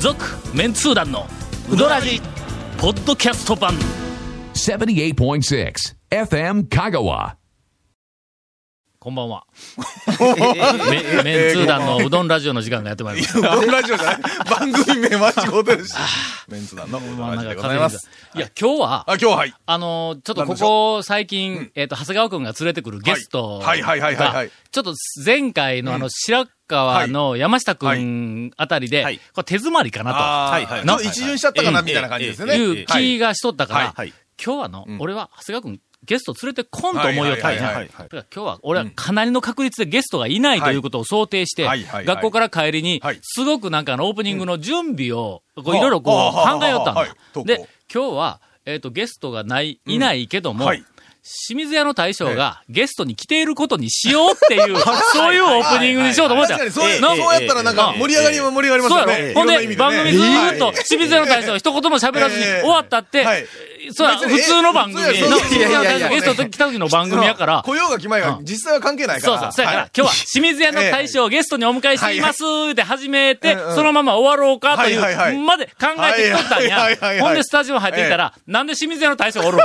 続メンツー団のウドラジポッドキャスト版78.6 FM Kagawa. こんばん はメメンツー団のうどんラジオの時間がやってまいりました番ラジオじゃない番組名間違うてるし。メンツ団のおまあラなんジかでございます。風邪ひいたいや今日はあ、今日ははい。あのーちょっとなんこでしょこ最近、えっ、と、長谷川くんが連れてくるゲストが、はいはいはいはいはいはいちょっと前回のあの、白川の山下くんあたりで、はいこれ手詰まりかなあーはいはいちょっと一巡しちゃったかなみたいな感じですとよね。いう気がしとったから、はいはい今日はの、ん俺は長谷川くんゲスト連れてこんと思いよったんや。はいはいはいはいだから今日は俺はかなりの確率でゲストがいないということを想定して、はいはいはい学校から帰りにはい、すごくなんかあのオープニングの準備を、こううんいろいろこあうあ考えよったんはい投だ。稿で、今日は、えっ、と、ゲストがない、いないけども、はい清水屋の大将がゲストに来ていることにしようって いう、そういうオープニングにしようと思っ確たよかに、そうええそうやったらなんかええ盛り上がりも盛り上がりそうまやすろ、よね。ほんいろで、な番意味組ずでねーっと、清水屋の大将一言も喋らずにええ終わったって、はいそうや、別に普通の番組の、ええそうそうそう清水屋の大将いやいやいやゲストと来た時の番組やから、雇用が決まりはう実際は関係ないかそうら。そう、そうやから、はい今日は清水屋の大将をゲストにお迎えしていますって始めて、はいはいそのまま終わろうかとい、はいはいはいうまで考えてきとったんはいはいはいはいや。ほんで、スタジオ入ってきたら、なんで清水屋の大将がお るの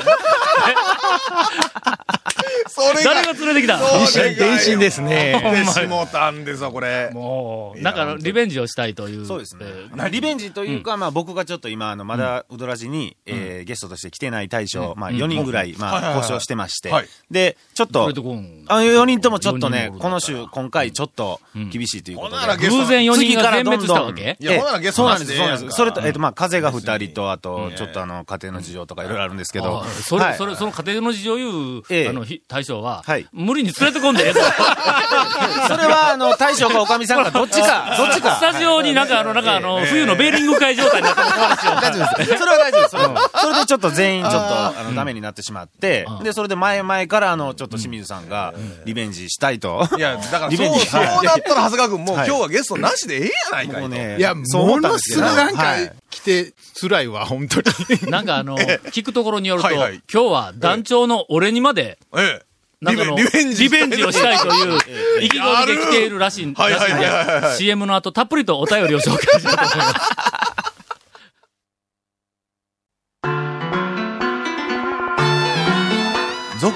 それ誰が連れてきたのそう天電信心ですね。でしもたんですわ、これ。もう、いだやからリベンジをしたいという。そうですねえー。まあリベンジというか、まあ僕がちょっと今、あの、まだウドラジに、えーゲストとして来てない大将、まあ4人ぐらはいい、はいまはあい交渉してましてはい、で、ちょっそとれとこん、あの4人ともちょっとね四人おるんだった、らこの週、今回ちょっと厳しいというこほんならとゲで。偶然4人次がから全どん滅どんしたわけいや、ええほならゲストそうななんしでです、そうなええんやんです。かそれと、えっと、まあ、風が2人と、あと、ちょっとあの、家庭の事情とかいろいろあるんですけどあ。それ、はいそれ、その家庭の事情言う、ええあの、ひ大将は、はい無理に連れてこん でええぞ。それは、あの、大将かおかみさんか、どっ ちか、どっちか。スタジオになんか、あの、なんか、あの、冬のベーリング会状態になってる話を。大丈夫です。それは大丈夫です。それはそれでちょっと全員ちょっと、あの、ダメになってしまってうん、で、それで前々から、あの、ちょっと清水さんが、リベンジしたいと。いや、だからリそベンう、ジそうなったら長谷川君もう今はい日はゲストなしでええやないかい もうと。ねいや、そう思もったんのですすけごどいなんかはい来て辛いわ、本当に。 なんかあの、聞くところによると、はいはい今日は団長の俺にまで、ええ。なんかの、リベンジをしたいという 意気込みで来ているらしいんはいはいはいはいはいらしいんで CM の後たっぷりとお便りを紹介しようと思います。続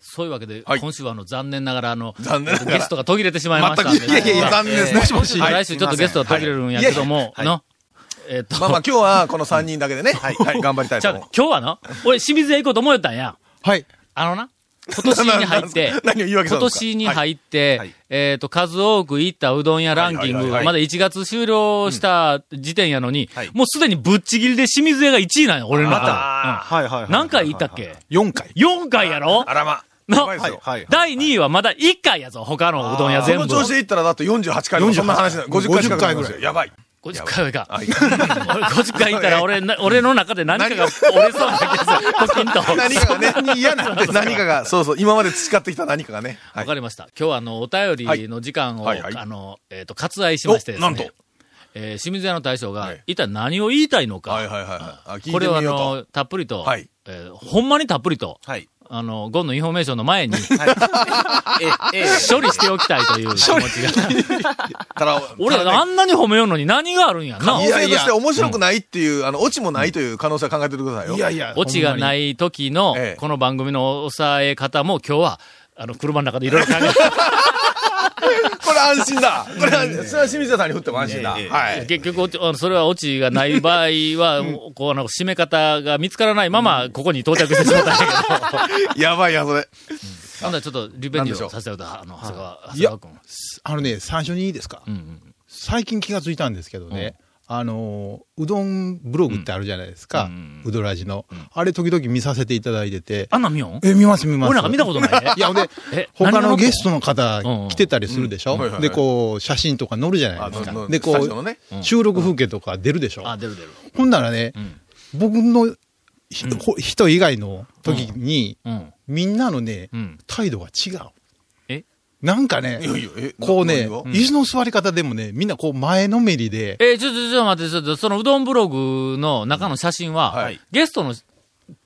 そういうわけで、はい今週はあの、残念ながら、あの、 残念ながらゲストが途切れてしまいましたんで、全く、いやいやいや、残念です。もしもし。来週ちょっとゲストが途切れるんやけども、はいの、えっと、まあまあ今日はこの3人だけでね、はい、頑張りたいじとゃあ思う。今日はな、俺清水屋行こうと思うよったんや。はい。あのな、今年に 入ってなな、 何を言い訳今年に入って、はいえっ、と、数多く行ったうどん屋ランキンはいグはいはがいまだ1月終了した時点やのに、はいもうすでにぶっちぎりで清水屋が1位なんや、俺の中で。はいはいはうい。ん何回行ったっけ4回。 ?4 回やろあらま。のやばいですよ。はいはい第2位はまだ1回やぞ、他のうどん屋こ全の部。調子でいったらだって48回とかそんな話だ。50回近く50回ぐらいやばい。 50回はいかん。俺50回 行ったら俺な、俺の中で何かが折れそうな気がする。 ポキンと。 何か がね、嫌なんです。何かが、そうそう、今まで培ってきた何かがね。はわい。かりました。今日はあの、お便りの時間を、はいはいはいあの、えっ、と、割愛しましてですね。おなんとえー清水屋の大将が、はい一体何を言いたいのか。はいはいはいはいあ。聞いてこみれをあようと。の、たっぷりと、はいえーほんまにたっぷりと、はい。あの、ゴンのインフォメーションの前に、 え、え、処理しておきたいと いう気持ちが。ただ、俺、あんなに褒めようのに何があるんやな。いやいや、面白くないっていう、あの、オチもないという可能性は考えておいてくださいよ。いやいや。。オチがないい時のええ、この番組の抑え方も今日は、あの、車の中でいろいろ考えてこれ安心だ。これ安心、それは清水さんに振っても安心だ。ええはい。結局オチ、あのそれはオチがない場合は、こう、あの、締め方が見つからないまま、ここに到着してしまったんやけど。やばいや、それ。ほんならちょっと、リベンジなんでしょをうさせようと、あの、長谷川、長い谷や川君。あのね、最初にいいですかうんうん最近気がついたんですけどね、あのー、うどんブログってあるじゃないですうかん。うどらじの。あれ時々見させていただいてて。あんなん見よんえ、見ます見ます。俺なんか見たことないね。いや、ほんでえ、他何が載ってんののゲストの方うん来てたりするでしうんはいはいはょいで、こう、写真とか載るじゃないですあのか。ので、スタこジオのねう、収録風景とか出るでしょあ、出る出る。ほんならね、僕のひ、ほ人以外の時に、うん。みんなのね、うん。態度が違う。えなんかね、いや、えこうね、何が椅子の座り方でもね、みんなこう前のめりで、えーちょ、ちょ、ちょ、待って、ちょっと、そのうどんブログの中の写真は、はいゲストの、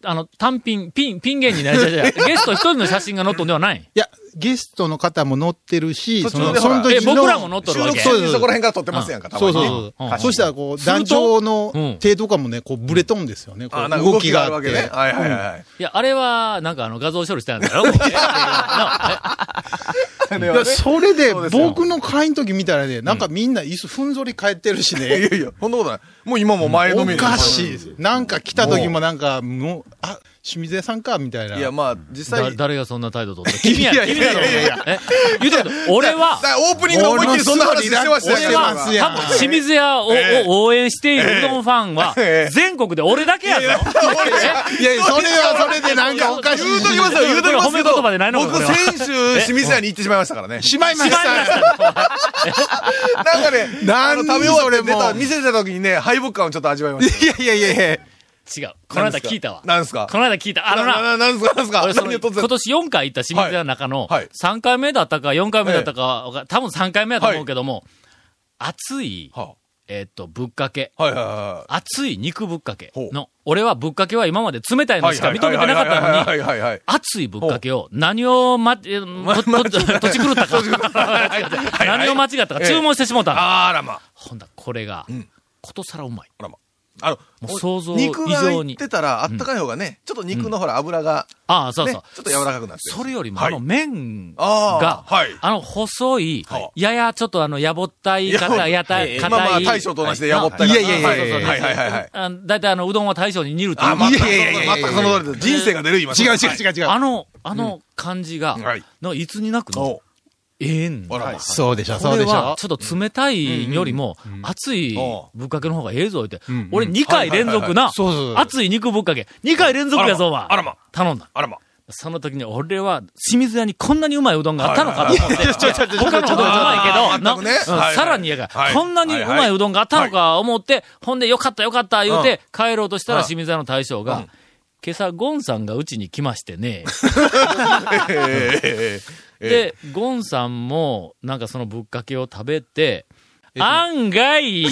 あの、単品、ピン、ピン芸人になりたいじゃないゲスト一人の写真が載っとんではない。いや、ゲストの方も乗ってるし、そ途中のでそのほら時え、の、僕らも載っと収るわ録け。中にそこら辺から撮ってますやんか、たまそうにそうねそううんうん。そしたらこう、すると団長のうん程度がもね、こう、ブレとんですよね。こあうなんか動きがあ動るわけね。はいはいはい。いや、あれは、なんかあの、画像処理したんだろなあいれはねや、それでそう、ですよ僕の会の時見たらね、なんかみんな椅子ふんぞり返ってるしいや ね、いや、そんなことない。もう今も前のめおりかしいです。なんか来た時もなんか、もう、あ、清水屋さんか、みたいな。いや、まあ、実だ際、だ誰がそんな態度取った君や、いやい君やいやだろ、え言うてること俺は、からオープニングで思いっきりそんな話してました俺よ俺はは、多分、清水屋を,、を応援しているうどんファンは、ええ全国で俺だけやぞ。いや、それはそれでなんかおかしい。言うときますよ、言うときますけこれ褒めど、言葉でないのかこ僕れは、先週、清水屋に行ってしまいましたからね。しまいましなた。んかね、なあんの食べ終わっそれても出た、見せてた時にね、敗北感をちょっと味わいました。いやいやいやいや。違う。この間聞いたわ。何すかこの間聞いた。あのな、な、なんすか、なんすか俺その何を今撮ってた年4回行った清水屋の中の、はいはい3回目だったか4回目だったかわか、多分3回目だと思うけども、熱い、はえっと、ぶっかけ。あはいはいは熱い肉ぶっかけほうの、俺はぶっかけは今まで冷たいい。のしか認めてなかったのに、はいはいはいはいはいはいはいはい。熱いぶっかけを何をま、えと、と、とち狂ったか。何を間違ったか注文してしもうたの。あらま。ほんだ、これが、ことさらうまい。あらま。あの、もう想像以肉が上入にっ。てたら、あったかい方がね、ちょっと肉のほら、油が、ああ、そうそうね。ちょっと柔らかくなってるそれよりも、はいあの麺が、ああーはいの細い、はいややちょっとあの、やぼったいやぼ方、やた、ええ硬い。まあまあ、大将と同じでやぼったいいかやらいやいやいやいやはいはいはいはい。あだいたいあの、うどんは大将に似るというあ、まかた、い全やいやいやいやくその通りです。人生が出る、今。違う違う違う違う。あの、あの感じが、はいのいつになくの、おええんだあらま。そうでしょ、こそうれでしはょ、。ちょっと冷たいよりも、熱いおぶっかけの方がええぞ、言ってんうん。俺2回連続なそうそうそ、う熱い肉ぶっかけ、2回連続やぞ、お前あらま。頼んだ。あらま。その時に俺は清水屋にこんなにうまいうどんがあったのかと思って、他のうどんうまいけど、なあー全くねはいうんはいさらにやがはいこんなにうまいうどんがあったのか思って、ほんでよかったよかった言うて帰ろうとしたらうん清水屋の大将うがん、今朝ゴンさんがうちに来ましてね、ええええで、ゴンさんもなんかそのぶっかけを食べて、案外、案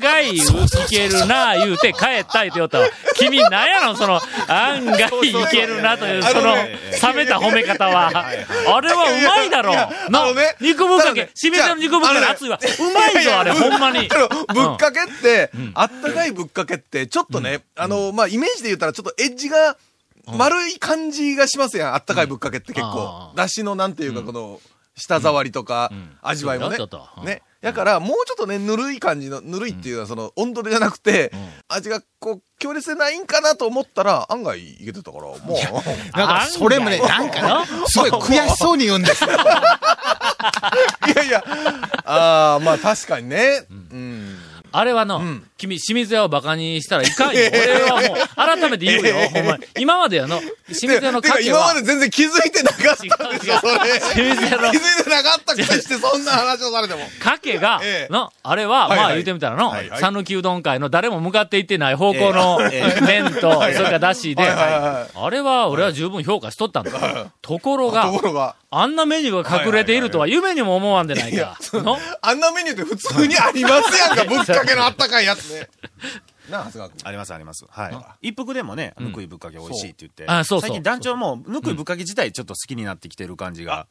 外、 いけるな、言うて帰った言うてよったわ。君、なんやのその、案外いけるなという、そうそそうの、あの冷ねめた褒め方は。あれはうまいだろいやなあのね肉ぶっかけただね、しめての肉ぶっかけじゃあ熱いわ。うまいぞ、あれ、いやいやほんまに。あのぶっかけって、あったかいぶっかけって、ちょっとね、あの、まあ、イメージで言ったら、ちょっとエッジが、丸い感じがしますやん。あったかいぶっかけって結あ構。ーだしの、なんていうか、この、舌触りとかん、味わいもねそうだちょっとう。んね。だから、もうちょっとね、ぬるい感じの、ぬるいっていうのは、その、温度でじゃなくて、味が、こう、強烈でないんかなと思ったら、案外いけてたから、もう。なんか、それもね、なんかね、すごい悔しそうに言うんですよ。いやいや、ああ、まあ確かにね。うん。あれはの、ん君、清水屋を馬鹿にしたらいかんよ。俺はもう、改めて言うよ、 ほんまに。今までやの、清水屋のてか賭け今はま、で全然気づいてなかったんですよ、それ。気清水屋のづいてなかったくせしてそんな話をされても。かけが、ええの、あれは、はいはいまあ言うてみたらのはい、はい讃岐うどん会の誰も向かっていってない方向のえ え麺と、それからだしで、はいはいはいあれは俺は十分評価しとったんだ。ところがと、ころが、あんなメニューが隠れているとは夢にも思わんでないか。のあんなメニューって普通にありますやんか、ぶっかけのあったかいやつね。なあ、長谷川君。ありますあります。はい。一服でもね、ぬくいぶっかけ美味しいって言って。あそうそう最近団長も、ぬくいぶっかけ自体ちょっと好きになってきてる感じが。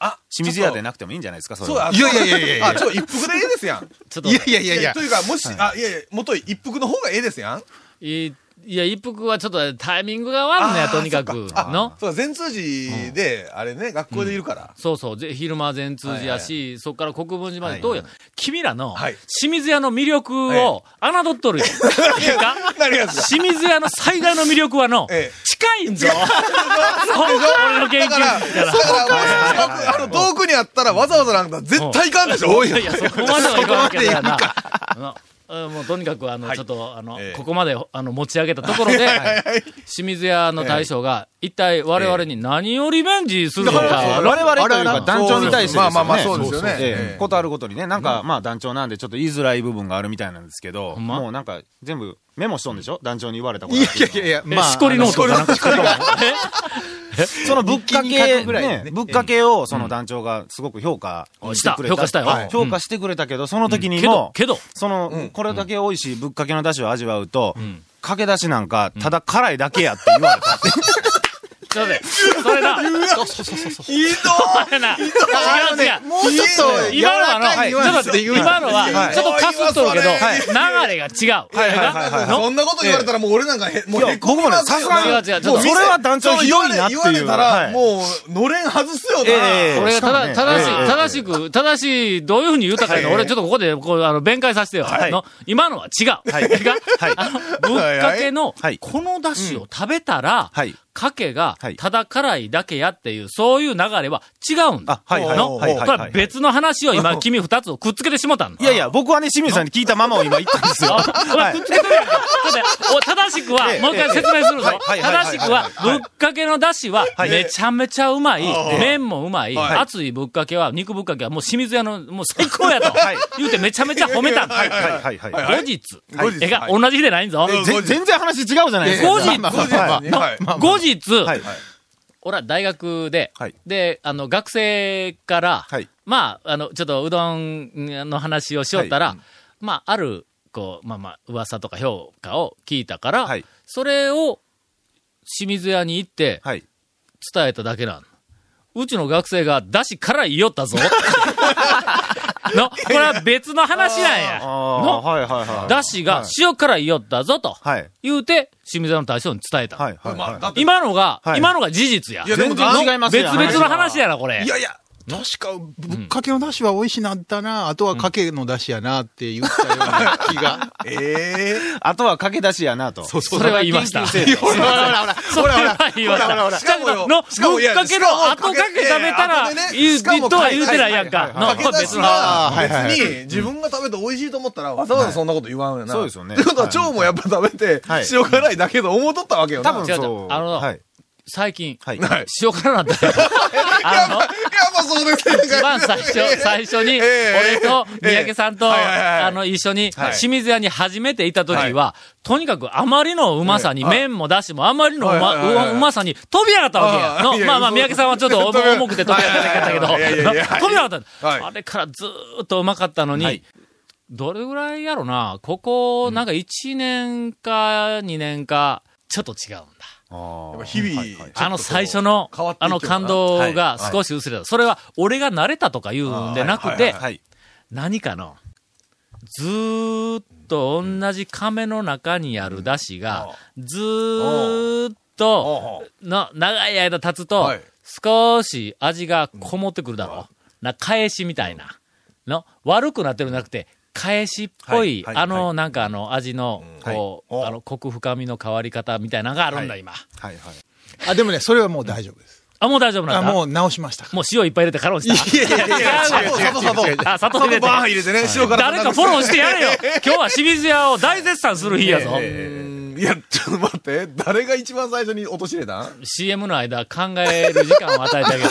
あ清水屋でなくてもいいんじゃないですか、それそうは。だ、いやいやいやいやいやあ、ちょっと一服でええですやん。ちょっとい、やいやいやいやと。いうか、もし、あ、いやいや、もとい一服の方がええですやん。いいいや、一服はちょっとタイミングが悪いね、あーとにかく。のそうだ、全通寺で、あれね、学校でいるから。そうそう、ぜ昼間全通寺やし、そっから国分寺まで、どうや、君らのはい、清水屋の魅力えを侮っとるよ。いいか何がですか清水屋の最大の魅力はの、ええ近いんぞ。 そう俺の研究だから、室から。だから、あの、遠くにあったらわざわざなんか絶対行かんでしょいやいや、そこまではいかんけどやな。あのうんもうとにかく、あの、はいちょっと、あの、ええここまで、あの、持ち上げたところで、清水屋の大将が、一体我々に何をリベンジするのだからか、我々というか団長に対してですよね。まあまあまあそうですよねええことあることにね、なんか、まあ団長なんでちょっと言いづらい部分があるみたいなんですけど、ほんまもうなんか全部メモしとんでしょ団長に言われたこといあるやってうのいやいや、えまあ、しこりノートかなんか作ろうえそのぶっか日記に書け、くぐらいねね、ぶっかけをその団長がすごく評価してくれした評た。価したよあ評価してくれたけど、その時にけども、、けど、その、これだけ美味しいぶっかけの出汁を味わうとん、かけ出汁なんか、ただ辛いだけやって言われたって。ちょっと待ってそれな、ひどそれな、違う違う。もうちょっと柔今のらはかの、いちょっとニュアン待スってで言う今なのは、ちょっとかすっとるけど、流れが違う。いそんなこと言われたらもう俺なんかへ、もうへこ僕みもねま、すさよすがに、違う違もううちょっとそれは団長ひどいなっていう。そう言われ言われたら、はいもう、のれん外すよな。ええこれがただ、しかも正ねしい、え正しく、え正しい、どういうふうに言うたかいうの、俺ちょっとここで、こう、あの、弁解させてよ。はいの今のは違う。はい 違うはいあの、ぶっかけのはい、このだしを食べたらはい、かけがは、いただ辛いだけやっていう、そういう流れは違うんだあ。はいはいの、はいはいはいこれは別の話を今、君二つをくっつけてしもたんだいやいや、僕はね、清水さんに聞いたままを今言ったんですよ。あ はお前くいっつけてるやんかだってお正しくはえ、えもう一回説明するぞええ。はいはいはい正しくは、ぶっかけの出汁は、はいめちゃめちゃうまい。ええ麺もうまい。はい熱いぶっかけは、肉ぶっかけは、もう清水屋の、もう最高やとはい。言うてめちゃめちゃ褒めたんだ。はいはいはいはい。後日。後日えが、はい同じ日でないんぞ。 えぜ全然話違うじゃないですか。後日まあまあまあはいはい後日、はい。俺は大学で、はいで、あの、学生から、はいまあ、あの、ちょっとうどんの話をしよったら、まあ、ある、こう、まあまあ、噂とか評価を聞いたから、はいそれを、清水屋に行って、はい。伝えただけなん。うちの学生が、だしから言いよった ぞ。の、これは別の話なんや。ああ、の、はいはいはい。だしがはい塩から言いよったぞと、はい言うて、清水屋の大将に伝えた。はいはいまあはだって今のが、はい今のが事実や。いやでも全然違います別よ々の話やな、これ。いやいや、確か、ぶっかけの出汁は美味しなったな、あとはかけの出汁やなって言ったような気 が。ええ。い。あとは駆け出しやなと。そうそれは言いました。研究 ほらほらほら。それは言いましほらほらた。ほらしかも、の、ぶしかもいっやかけの後かけ食べたらしかも後でね、言うしかもとは言うてないやんはかい。はいの、はかいけこれ 出別しの話。は別に自分が食べて美味しいと思ったらわざわざそんなこと言わんよな。そうですよねってことは腸もやっぱ食べてはい塩辛いだけど思うとったわけよな。多分違うそう。あのはい。最近、はい。はい。塩辛なんだ よ。あの、いやっぱそうですね。一番最初、最初に、え俺えと三宅さんと、はいはいはいあの、一緒に、はい清水屋に初めていた時は、とにかくあまりのうまさに、ええはい麺も出汁もあまりのうはいはいはいまはいうまさに飛び上がったわけや。ああのいやまあまあ、そう三宅さんはちょっと飛び上が重くて飛び上がったけど、はいはいはいいやいやいやはい飛び上がった、はいあれからずーっとうまかったのに、はいどれぐらいやろな、ここ、なんか1年か2年か、ちょっと違うんだ。あー日々はいはいあの最初の、変わっていあくよのな感動が少し薄れた。それは、俺が慣れたとか言うんでなくて、はい。何かの、ずーっと同じ亀の中にある出汁が、ずーっと、の、長い間経つとはい、少し味がこもってくるだろう。な、返しみたいな。の、悪くなってるんじゃなくて、返しっぽい、はいはいあの、なんかあの、味の、うんこう、あの、コク深みの変わり方みたいなのがあるんだ、今。はいはい。あ、でもね、それはもう大丈夫です。あ、もう大丈夫なあんだ。もう直しましたから。もう塩いっぱい入れてカロンした。いやいやいやいや違う違う違う砂糖あ、砂糖バ入れて。ーン入れてね、塩辛誰かフォローしてやれよ。今日は清水屋を大絶賛する日やぞ。ー。いや、ちょっと待って、誰が一番最初に落とし入れたん CM の間考える時間を与えてあげる。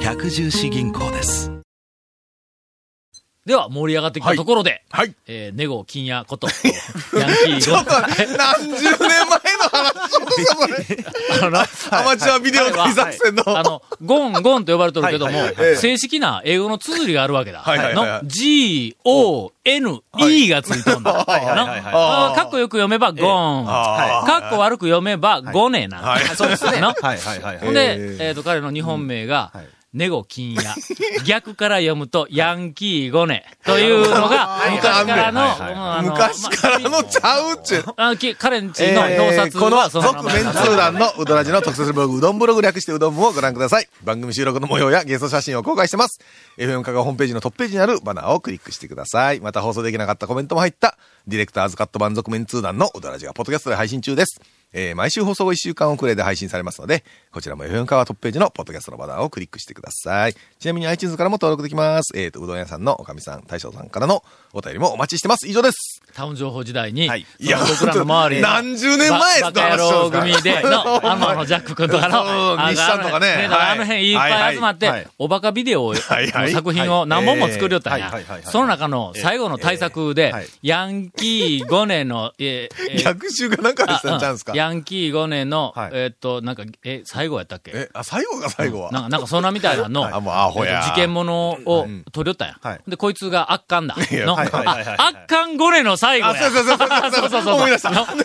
百十四銀行ですでは、盛り上がってきたところで、はい。えー、ネゴ金也こと、ヤンキーゴ何十年前の話 をそれあのなアマチュアビデオ大作戦の。あの、ゴン、ゴンと呼ばれとるけどもはいはいはいは、い正式な英語の綴りがあるわけだ。はいはいはいはいの、G, O, N, E がついとんだ。のはいはいはいはいあーかっこよく読めばゴン。あーかっこ悪く読めばゴネなんだ。はいそうですね。のはいはいはいはい。ほんで、えっと、彼の日本名がうんはい、ネゴ金屋。逆から読むと、ヤンキーゴネ。というの が、昔からの、はいはいうんあの昔からのちゃうっちゅう。まああき彼んちの表札このはその続ままメンツー団のうどらじの特設ブログ、うどんブログ略してうどん部をご覧ください。番組収録の模様やゲスト写真を公開してます。FM カがホームページのトップページにあるバナーをクリックしてください。また放送できなかったコメントも入った、ディレクターズカット版続メンツー団のうどらじがポッドキャストで配信中です。えー毎週放送後1週間遅れで配信されますので、こちらも FM カワトップページのポッドキャストのバナーをクリックしてください。ちなみに iTunes からも登録できます。えっ、と、うどん屋さんのおかみさん、大将さんからのお便りもお待ちしてます。以上です。タウン情報時代に、はいその僕らの周りのいや本当 何十年前ババカ野郎組で、の、あ の、あのジャック君とかの、そうあ西さんとかあねのはいあの辺いっぱい集まって、はいはいおバカビデオを、いはいの作品を何本も作りよったんや、はいはいはいはいその中の最後の対策で、はいヤンキー5年の、 えーえー逆襲かなんかであしたんちゃうんすかヤンキー5年の、はいえーっと、なんか、え、最後やったっけえ、あ、最後が最後は。なんか、なんかそんなみたいなの、あもうアホえやっと事件物をん取りよったんや。はいで、こいつが圧 巻だ。の、はいはいはいはいあ圧巻5年の最後や。あ、そうそうそうそうそうそう。 思 い出した。の大丈夫で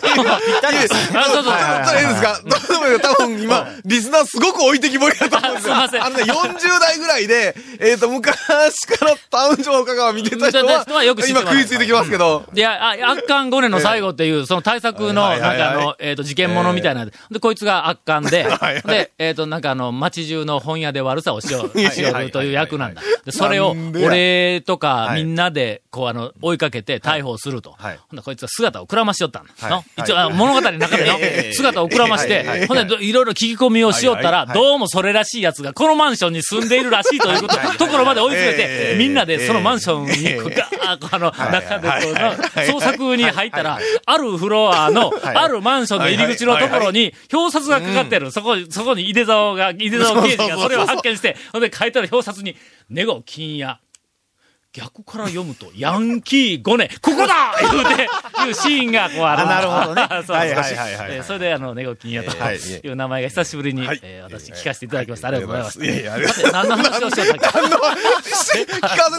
す。あそうそうちょっといいですかどうでもいいよ多分今、リスナーすごく置いてきぼりだと思うんですよ。あすいまあせんのね、40代ぐらいで、えっと、昔からタウン城香川見てた人見てた人はは、よく知ってま今す食いついてきますけど、いや、あ圧巻5年の最後っていう、その対策の、はなんいはいはいかあの、えっと、事件物みたいな。で、こいつが圧巻で、で、えっと、なんかあの、街中の本屋で悪さをしよう、しようという役なんだ。で、それを、なんでや俺とかはみいんなで、こう、あの、追いかけて逮捕すると。はいほんで、こいつが姿をくらましよったんだ。いの一応、はいあ物語の中でのえ、え姿をくらましはいはいはて、いほんでど、いろいろ聞き込みをしよったはら、いはいどうもそれらしい奴が、このマンションに住んでいるらしいということ、ところまで追い詰めえて、えみんなでそのマンションに、こうガーッこうあの、中でこうな、捜索に入ったら、あるフロアの、あるマンションの入り口のところに、表札がかかってる。そこ、そこに井出沢が、井出沢刑事がそれを発見して、ほんで書いたら表札に、ネゴ金屋。逆から読むと、ヤンキー5年、ここだ言うて、いうシーンが、こうある。あなるほどね そうそうはいはいはいはいえーそれで、あの、ネゴ金屋とはいいう名前が久しぶりに、えー私聞かせていただきました。ありがとうございます。いやいや、ありがさて、何の話をしようか。聞かせ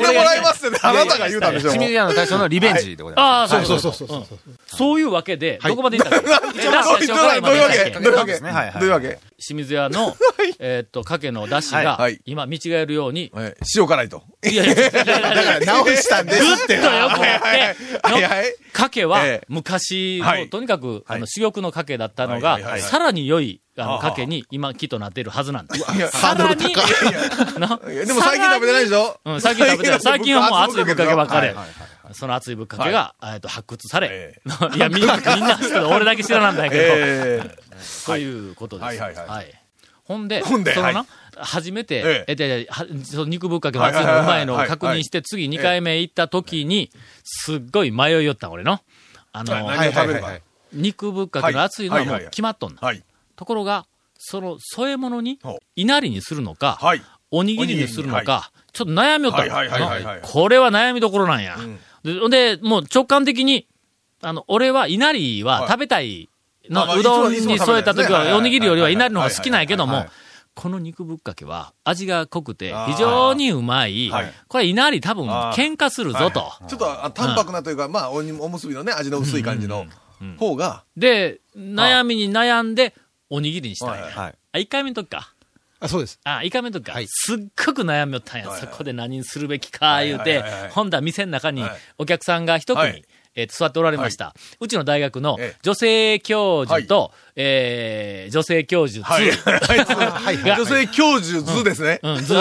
てもらいますってね、あなたが言うたんでしょ。清水屋の大将のリベンジでございます。ああ、そうそうそう。そうそうそう。そういうわけで、どこまで行ったっけえどう いうわけどういうわけ出汁が塩辛いまで行ったっどういうわそうでけすねはいはいどういうわけ清水屋 の、えーっと、かけの出汁はがい、今、見違えるように、はい塩辛いと。いやいや、ずっとよ だから直したんですって。くなって、はいはい。かけはええ昔の、はいとにかく、あの、珠玉のかけだったのが、はいはいはいはいさらに良い、あの、かけに今、木となっているはずなんです。さらに、 なでも最近食べてないでしょうん、最近食べてない。最近はもう熱いぶっかけばっかりはいはい。その熱いぶっかけが、えっと、発掘されえ。 いや、みんな、みんな知ってる、俺だけ知らなんだけど。ええということです。ははいいはいはいほんで、ほんでそのな、はい初めて、えええ、で、はその肉ぶっかけの熱いのうまいのをはいはいはい確認して、次2回目行った時に、すっごい迷いよった、俺の。あの、何を食べるか。肉ぶっかけの熱いのはもはういはいはい決まっとんだ。はい。ところが、その添え物にほう、いなりにするのか、はい。おにぎりにするのおにぎりか、ちょっと悩みよったのはいはいはいはいはいこれは悩みどころなんや。で、でもう直感的に、あの、俺は稲荷は食べたいの、はいまあうどんいつもに添えた時いつも食べたいですねは、おにぎりよりは稲荷の方が好きなんやけどはいもはいはい、この肉ぶっかけは味が濃くてあー非常にうまいはい。これ稲荷多分喧嘩するぞと。ちょっとあ淡白なというか、まあおに、おむすびのね、味の薄い感じの方が、で、悩みに悩んで、おにぎりにしたんはいや。はい。あ、1回目の時か。あ、そうです。あ、イカメとか、はいすっごく悩みよったんや。はいはいそこで何にするべきか、言うはていはいはいはい、ほんだら店の中にはいお客さんが一組、はいえーと座っておられました、うちの大学のええ女性教授と、えー女性教授2、はい。はいが女性教授図ですね。うん、ず、ず、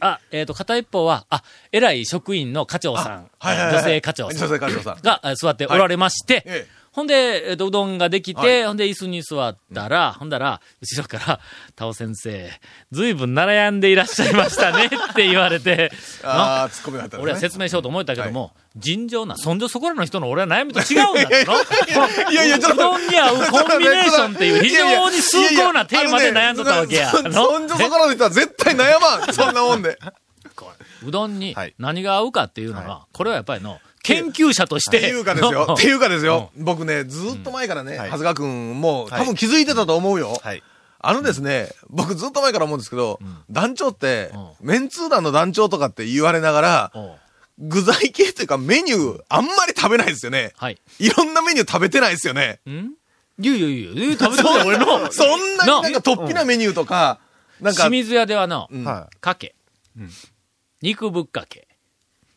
あ、えっ、と、片一方は、あ、偉い職員の課長さん、はいはいはい女性課長さ女ん性課長さん。がえー座っておられまして、ええほんで、えっと、うどんができて、はいほんで、椅子に座ったら、ほんだら、後ろから、タオ先生、ずいぶん悩んでいらっしゃいましたねって言われて、ああ、ツッコミがあったん俺ではすね。説明しようと思ったけども、尋常な、そんじょそこらの人の俺は悩みと違うんだろいやいや、ちょっうとどんに合うコンビ ネーションっていう非常に崇高なテーマで悩んどったわけや。そそのそんじょそこらの人は絶対悩まん。そんなもんで。うどんにはい何が合うかっていうのは、これはやっぱりの、研究者としってて。いうかです よ。っていうかですよ。う僕ね、ずーっと前からね、は長い谷川くんもはい多分気づいてたと思うよ。はい。あのですね、僕ずっと前から思うんですけど、団長って、うメンツー団の団長とかって言われながら、おう具材系というかメニューあんまり食べないですよね。はい。いろんなメニュー食べてないですよね。 んいやいやいや、いや食べてくれ俺の。そんなになんか突飛なメニューとか、なんか清、水屋ではの、うんはかけ、肉ぶっかけ。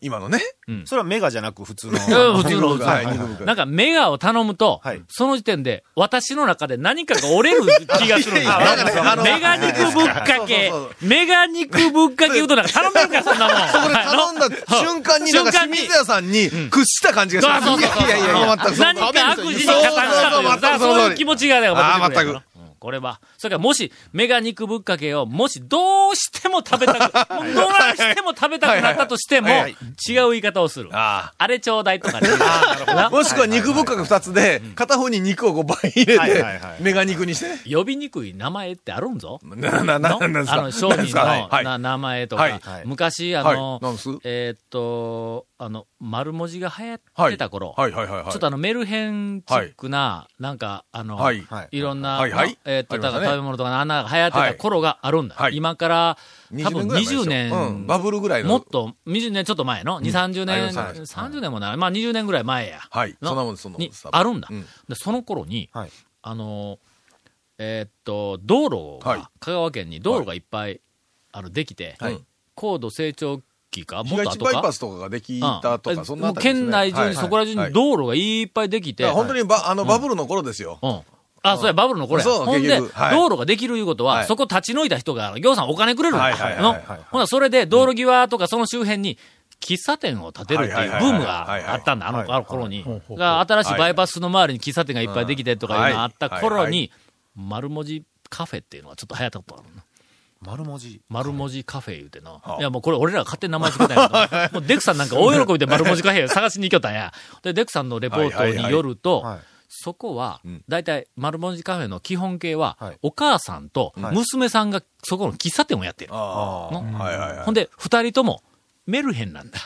今のね。い。それはメガじゃなく普通の。うん普通の、普通のはい肉ぶっかけなんかメガを頼むと、はいその時点で私の中で何かが折れる気がするん ですよいやいやいやあのメガ肉ぶっかけ、メガ肉ぶっかけ言うとなんか頼めるか、そんなもん。 そこで頼んだはい瞬間に、なんか瞬間清に水屋さんに屈した感じがします。そうそうそうそういやいやいや、全くそんな何か悪事に加担したという、そうそうそう全くだからそのそう通いうり気持ちがね、あー出てくるやろうんこれは。それからもし、メガ肉ぶっかけを、もしどうしても食べ たく、もうどうしても食べたくなったとしても、はい違はいう言い方をする。 ああれちょうだいとかね。なもしくは肉ぶっかけ二つで、片方に肉をこう倍入れはいてはいは、いメガ肉にしてね。呼びにくい名前ってあるんぞ。な、な、な、のなんですあかの、商なんです人かの、はいなはい名前とか、はいはい昔、あはいの、なんすえーっと、あの、丸文字が流行っはいてた頃、はいはいはいはい。ちょっとあの、メルヘンチックな、なんか、あの、はいい、はいろんな、はいはいまあえーっと、ありまだしかたねら食べ物とかの穴が流行ってた頃があるんだ。はい今から、多分20 20年、年ぐらい前でしょうんバブルぐらいのもっと、20年ちょっと前の、2、30あり年、ましたね30年もない、まあ20年ぐらい前や。はいのそんなもんですそんなもんにです多分あるんだ。うんで、その頃に、はいあの、えーっと、道路が、はい香川県に道路がいっぱい、あの、できて、はい高度成長期か、もっ東と市後バイかパ。スとかができたとうか、んそんなあもうたりですね県内中に、はいそこら中はいに道路がいっぱいできて、だから本当にば、あの、バブルの頃ですよ。うん。あ、そうや、バブルの頃や。そうほんで、結局はい道路ができるいうことは、はいそこ立ち退いた人が、行さんお金くれるの。はいはいはいのはいはいほな、それで道路際とかその周辺に、喫茶店を建てるっていうブはいはいはいームはいはいがあったんだ、あのあの頃に。はいはいが新しいバイパスの周りに喫茶店がいっぱいできてとかいうのがあった頃はいはいはに、丸文字カフェっていうのがちょっと流行ったことあるの。丸文字。丸文字カフェ言うてな。いや、もうこれ俺らが勝手に名前つけたんやけど、もうデクさんなんか大喜びで丸文字カフェ探しに行きよったんや。で、デクさんのレポートによるとはいはいはいはい、そこは、だいたい丸文字カフェの基本形ははい、お母さんと娘さんがそこの喫茶店をやってる。あのあ。はいはいはいほん。で、二人とも、メルヘンなんだ。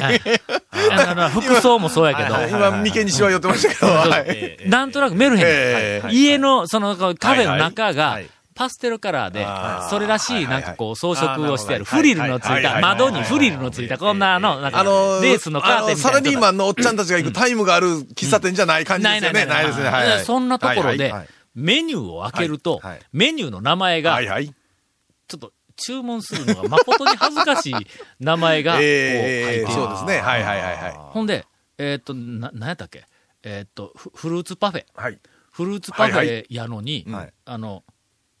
はいあのあの服装もそうやけど、今、眉間にしわ寄ってまし たけど、はい。なんとなくメルヘンやねえん、家の、その、カフェの中がはい、パステルカラーであ、ーそれらしい、はいはないんかこう、装飾をしてある。あーなるほどフリルのつはいいはいた、はい窓にフリルのついた、こんな、あの、なんか、あのレースのカーテンみたサいなラリーマンのおっちゃんたちが行くタイムがある喫茶店じゃない感じなでいすなよいね。なないいですね。はいはい。そんなところはいではい、メニューを開けるとはいはい、メニューの名前がはい、はい。ちょっと注文するのが誠に恥ずかしい名前が、こう、入 っええ、ていそるう。ですね。はいはいはいはい。ほんで、えーっと、な、なんやったっけえーっと、フフルーツパフェ。はい。フルーツパフはいェやのにはい、あの、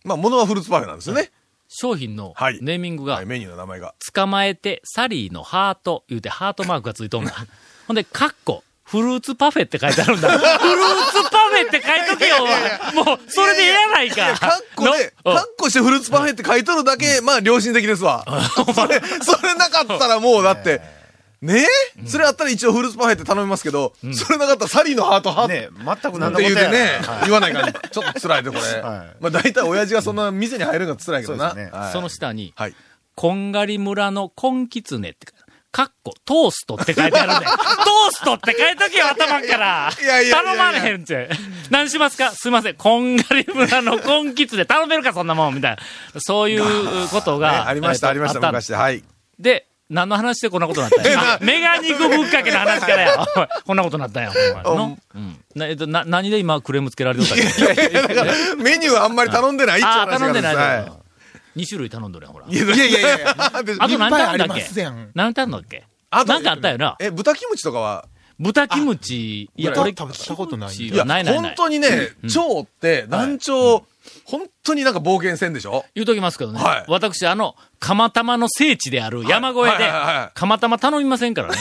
まあ、ものはフルーツパフェなんですよね。商品のはいネーミングがはい、、メニューの名前が。捕まえて、サリーのハート、言うてハートマークがついとんだ。 ほんで、カッコ、フルーツパフェって書いてあるん だ。フルーツパフェって書いとけよ、お前もう、それでええやないいや、か。カッコで、のカうんッコしてフルーツパフェって書いとるだけ、まあ、良心的ですわ。 それ、それなかったらもう、だ って、ねえそれあったら一応フルーツパフェって頼みますけど、それなかったらサリーのハートハートね全くな何んのてこと言うやてらね、言わないから、 ちょっと辛いで、これ。はいまあ、大体親父がそんな店に入るのが辛いけどな。そうですねはいその下に、はい。こんがり村のコンキツネって書いてある、カッコ、トーストって書いてあるん だよ。トーストって書いとけよ、頭から。いやいやいやいや頼まれへんって。何しますかすいません。こんがり村のコンキツネ、頼めるか、そんなもん、みたいな。そういうことねが。 ありました、えあっりとましあた、ったん昔。はい。 で、何の話でこんなことになったんや。メガ肉ぶっかけの話からや。おいこんなことになったんや、お前の。うん。な、えっと、な、何で今クレームつけられとったっけメニューはあんまり頼んでないっていうあ話あ、頼んでないがあ頼んるでんなでい。2種類頼んどるやん、ほら。すはいいやいやいやいや。 別にあと何い頼っぱんいあだりっまけすやん何頼んだっけあとなんかあったよな。え、豚キムチとかは豚キムチ。いや、豚俺、食べたことないキムチいや、はないないな本い。当にね、蝶って、南朝、本当になんか冒険戦でしょ言うときますけどね。はい私、あの、釜玉の聖地である山越えはいではいはいはい、釜玉頼みませんからね。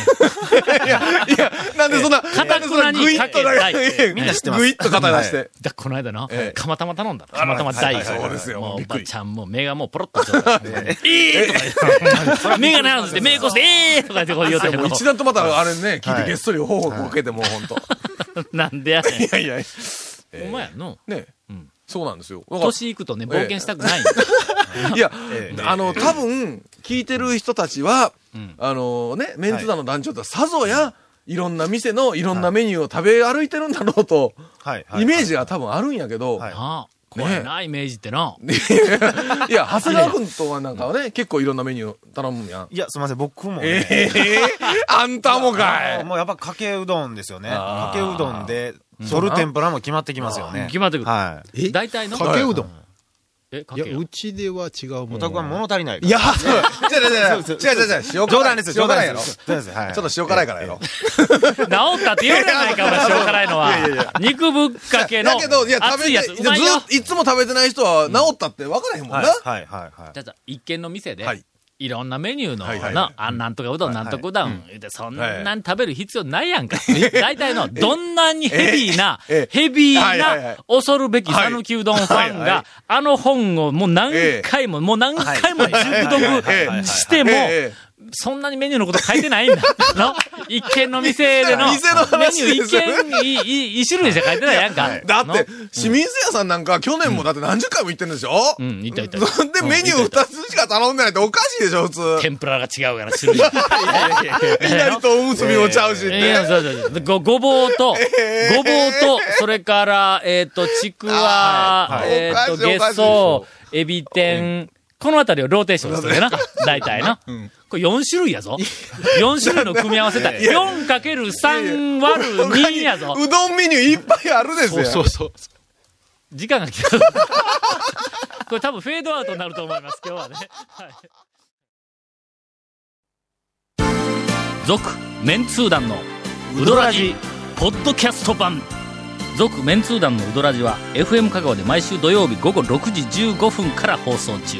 いや、いや、なんでそんな、えなんでそんかなたくなにグイッとかけたいいやみんな知ってますグイッと肩出して。だこの間なえ、え釜玉頼んだの。釜玉大はいはいはいそうですよもう、びおっくばりちゃんも目がもうポロッとしちゃった。ええとか言って、目が ないんで、目こして、ええとか言ってこう言うてもうも一段とまたあれね、聞いはていげっそり頬をこけてもうほんと。なんでやねいやいや、ん。お前やの。ね。そうなんですよ。だから年いくとね、冒険したくないんだ。いや、あの、多分、聞いてる人たちは、あのね、メンツ団の団長ってさぞや、いろんな店のいろんなメニューを食べ歩いてるんだろうと、はい。イメージ。ジが多分あるんやけど、はいなあ 怖いな、イメージってな。いや、長谷川君とはなんかはね、結構いろんなメニュー頼むやん。いや、すみません、僕もね。ええあんたもかあいのもうやっぱかけうどんですよね。あかけうどんで、取る天ぷらも決まってきますよね。決まってくるはい。大体の。かけうどん。え、かいやけ、ようちでは違うもん。お宅は物足りないから。いや、 違う違う違う。違う違う違う。塩冗談です、塩冗辛談いやろ。でちす。冗談です。はい。ょっと塩辛いからやろ。治ったって言うじゃないか、お前、塩辛いのいやいやいやは。肉ぶっかけのだけど、いや、食べ熱いやつ。て、うずまいよっ。といつも食べてない人は治ったって分からへんもんはいな。はいはいはいじゃあさ一軒の店で、はいい、ろんなメニューの、はいはいなあなんとかうどん、なんとかうどん、言うてそんはいなん食べる必要ないやんか。 大体の、どんなにヘビーな、ええヘビーはいはいは、ない恐るべき讃岐うどんファンはいはが、あの本をもう何回も、もう何回も中はいはい毒しても、ええそんなにメニューのこと書いてないんだ。 の一軒の店での、メニ店の話ューで一すよね軒、いい一種類しか書いてないやんか。 だっての、清水屋さんなんか去年もだって何十回も行ってるんでしょうん、いたいたいた。そんでメニュー2つしか頼んでないっておかしいでしょ、普 通。天ぷらが違うから、種類が。いきなりとおむすびもちゃうしっいや、て。そうそうそうご、ごぼうと、ごぼうと、それから、えっ、と、ちくわあ、ーはいえっ、と、おかしいげおかしいそ、エビ天、このあたりをローテーションするよな。大体な。これ4種類やぞ。4種類の組み合わせだ。4×3 割る2やぞ。うどんメニューいっぱいあるですそうそよ。うそう。時間が来た。これ多分フェードアウトになると思います、今日はね。続、メンツー団のウドラジ、ポッドキャスト版。続、メンツー団のウドラジは FM 香川で毎週土曜日午後6時15分から放送中。